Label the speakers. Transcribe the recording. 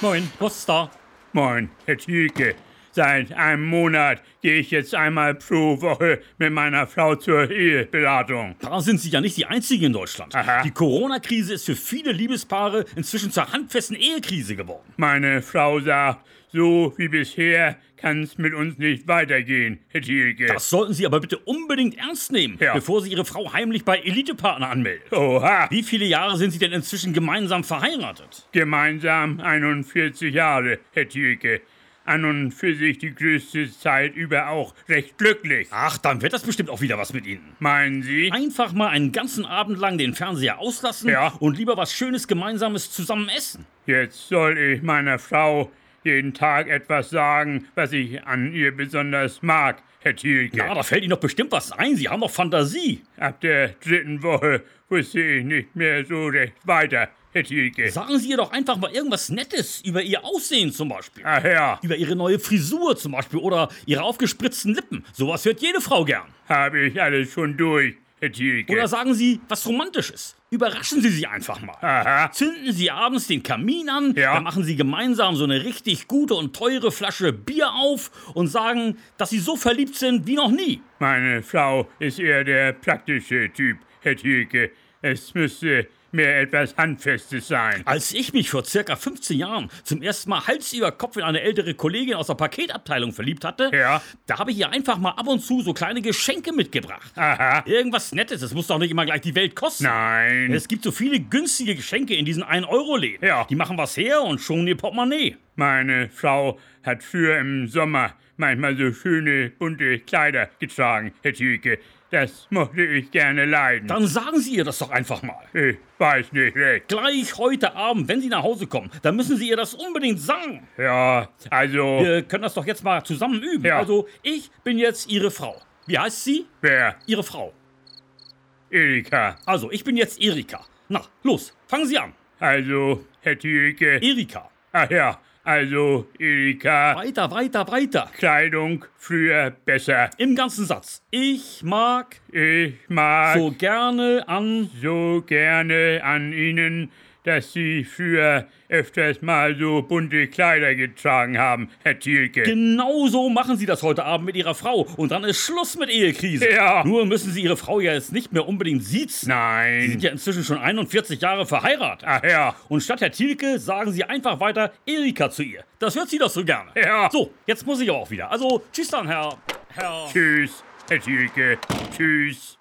Speaker 1: Moin, Gusta.
Speaker 2: Moin, Herr Tüke. Seit einem Monat gehe ich jetzt einmal pro Woche mit meiner Frau zur Eheberatung.
Speaker 1: Da sind Sie ja nicht die Einzigen in Deutschland.
Speaker 2: Aha.
Speaker 1: Die Corona-Krise ist für viele Liebespaare inzwischen zur handfesten Ehekrise geworden.
Speaker 2: Meine Frau sagt, so wie bisher kann es mit uns nicht weitergehen, Herr Tüke.
Speaker 1: Das sollten Sie aber bitte unbedingt ernst nehmen,
Speaker 2: Ja.
Speaker 1: bevor Sie Ihre Frau heimlich bei Elitepartner anmeldet.
Speaker 2: Oha,
Speaker 1: Wie viele Jahre sind Sie denn inzwischen gemeinsam verheiratet?
Speaker 2: gemeinsam 41 Jahre, Herr Tüke. An und für sich die größte Zeit über auch recht glücklich.
Speaker 1: Ach, dann wird das bestimmt auch wieder was mit Ihnen.
Speaker 2: Meinen Sie?
Speaker 1: Einfach mal einen ganzen Abend lang den Fernseher auslassen
Speaker 2: Ja.
Speaker 1: und lieber was Schönes Gemeinsames zusammen essen.
Speaker 2: Jetzt soll ich meiner Frau jeden Tag etwas sagen, was ich an ihr besonders mag, Herr Thielke.
Speaker 1: Ja, da fällt Ihnen doch bestimmt was ein. Sie haben doch Fantasie.
Speaker 2: Ab der dritten Woche wusste ich nicht mehr so recht weiter, Herr Thielke.
Speaker 1: Sagen Sie ihr doch einfach mal irgendwas Nettes über Ihr Aussehen zum Beispiel.
Speaker 2: Ach ja,
Speaker 1: Über Ihre neue Frisur zum Beispiel oder Ihre aufgespritzten Lippen. Sowas hört jede Frau gern.
Speaker 2: habe ich alles schon durch, Herr Thielke.
Speaker 1: Oder sagen Sie was Romantisches. Überraschen Sie sie einfach mal.
Speaker 2: Aha,
Speaker 1: Zünden Sie abends den Kamin an,
Speaker 2: Ja.
Speaker 1: dann machen Sie gemeinsam so eine richtig gute und teure Flasche Bier auf und sagen, dass Sie so verliebt sind wie noch nie.
Speaker 2: meine Frau ist eher der praktische Typ, Herr Thielke. Es müsste mehr etwas Handfestes sein.
Speaker 1: Als ich mich vor circa 15 Jahren zum ersten Mal Hals über Kopf in eine ältere Kollegin aus der Paketabteilung verliebt hatte,
Speaker 2: Ja.
Speaker 1: da habe ich ihr einfach mal ab und zu so kleine Geschenke mitgebracht.
Speaker 2: Aha,
Speaker 1: Irgendwas Nettes, es muss doch nicht immer gleich die Welt kosten.
Speaker 2: nein.
Speaker 1: Es gibt so viele günstige Geschenke in diesen 1-Euro-Läden.
Speaker 2: Hm. Ja.
Speaker 1: Die machen was her und schonen ihr Portemonnaie.
Speaker 2: Meine Frau hat früher im Sommer manchmal so schöne bunte Kleider getragen, Herr Tüke. Das mochte ich gerne leiden.
Speaker 1: Dann sagen Sie ihr das doch einfach mal.
Speaker 2: ich weiß nicht recht.
Speaker 1: Gleich heute Abend, wenn Sie nach Hause kommen, dann müssen Sie ihr das unbedingt sagen.
Speaker 2: Ja, also,
Speaker 1: Wir können das doch jetzt mal zusammen üben.
Speaker 2: Ja.
Speaker 1: Also, ich bin jetzt Ihre Frau. Wie heißt sie?
Speaker 2: wer?
Speaker 1: Ihre Frau.
Speaker 2: Erika.
Speaker 1: Also, ich bin jetzt Erika. Na, los, fangen Sie an.
Speaker 2: Also, Herr Tüke.
Speaker 1: Erika.
Speaker 2: Ach Ah ja, also, Erika.
Speaker 1: Weiter, weiter, weiter.
Speaker 2: Kleidung früher besser.
Speaker 1: Im ganzen Satz. Ich mag
Speaker 2: Ich mag
Speaker 1: so gerne an.
Speaker 2: so gerne an Ihnen, dass Sie früher öfters mal so bunte Kleider getragen haben, Herr Thielke.
Speaker 1: Genauso Genau machen Sie das heute Abend mit Ihrer Frau. Und dann ist Schluss mit Ehekrise.
Speaker 2: Ja.
Speaker 1: Nur müssen Sie Ihre Frau ja jetzt nicht mehr unbedingt siezen. Sie sind
Speaker 2: Nein. Ah.
Speaker 1: ja inzwischen schon 41 Jahre verheiratet.
Speaker 2: Ach ja.
Speaker 1: Und statt Herr Thielke sagen Sie einfach weiter Erika zu ihr. Das hört sie doch so gerne.
Speaker 2: Ja.
Speaker 1: So, jetzt muss ich aber auch wieder. Also, tschüss dann, Herr. Herr.
Speaker 2: Tschüss, Herr Thielke. Tschüss.